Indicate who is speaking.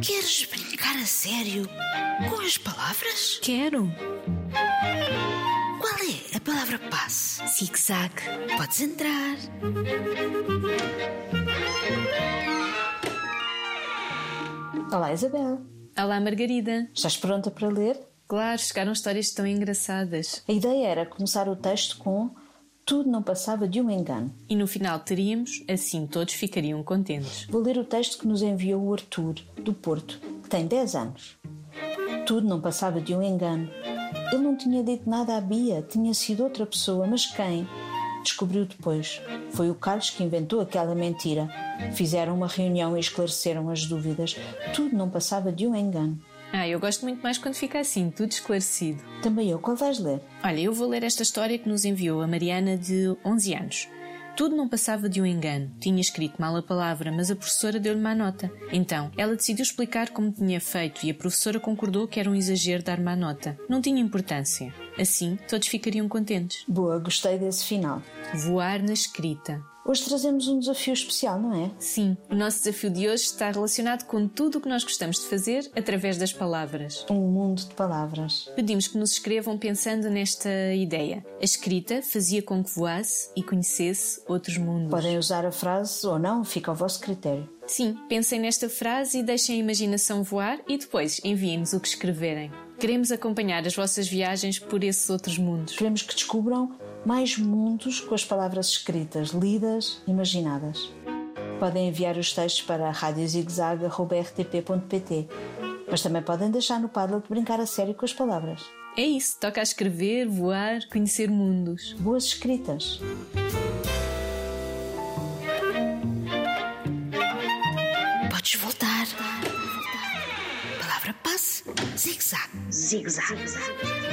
Speaker 1: Queres brincar a sério com as palavras?
Speaker 2: Quero.
Speaker 1: Qual é a palavra passe?
Speaker 2: Zig-zag.
Speaker 1: Podes entrar.
Speaker 3: Olá, Isabel.
Speaker 2: Olá, Margarida.
Speaker 3: Estás pronta para ler?
Speaker 2: Claro, chegaram histórias tão engraçadas.
Speaker 3: A ideia era começar o texto com Tudo não passava de um engano.
Speaker 2: E no final teríamos, assim todos ficariam contentes.
Speaker 3: Vou ler o texto que nos enviou o Arthur, do Porto, que tem 10 anos. Tudo não passava de um engano. Ele não tinha dito nada à Bia, tinha sido outra pessoa, mas quem? Descobriu depois. Foi o Carlos que inventou aquela mentira. Fizeram uma reunião e esclareceram as dúvidas. Tudo não passava de um engano.
Speaker 2: Ah, eu gosto muito mais quando fica assim, tudo esclarecido.
Speaker 3: Também eu, qual vais ler?
Speaker 2: Olha, eu vou ler esta história que nos enviou a Mariana, de 11 anos. Tudo não passava de um engano. Tinha escrito mal a palavra, mas a professora deu-lhe má nota. Então, ela decidiu explicar como tinha feito e a professora concordou que era um exagero dar má nota. Não tinha importância. Assim, todos ficariam contentes.
Speaker 3: Boa, gostei desse final.
Speaker 2: Voar na escrita.
Speaker 3: Hoje trazemos um desafio especial, não é?
Speaker 2: Sim, o nosso desafio de hoje está relacionado com tudo o que nós gostamos de fazer através das palavras.
Speaker 3: Um mundo de palavras.
Speaker 2: Pedimos que nos escrevam pensando nesta ideia. A escrita fazia com que voasse e conhecesse outros mundos.
Speaker 3: Podem usar a frase ou não, fica ao vosso critério.
Speaker 2: Sim, pensem nesta frase e deixem a imaginação voar e depois enviem-nos o que escreverem. Queremos acompanhar as vossas viagens por esses outros mundos.
Speaker 3: Queremos que descubram mais mundos com as palavras escritas, lidas, imaginadas. Podem enviar os textos para radiozigzag.rtp.pt, mas também podem deixar no Padlet brincar a sério com as palavras.
Speaker 2: É isso, toca a escrever, voar, conhecer mundos.
Speaker 3: Boas escritas!
Speaker 1: Podes voltar. Palavra passe. Zig-zag.
Speaker 4: zig-zag.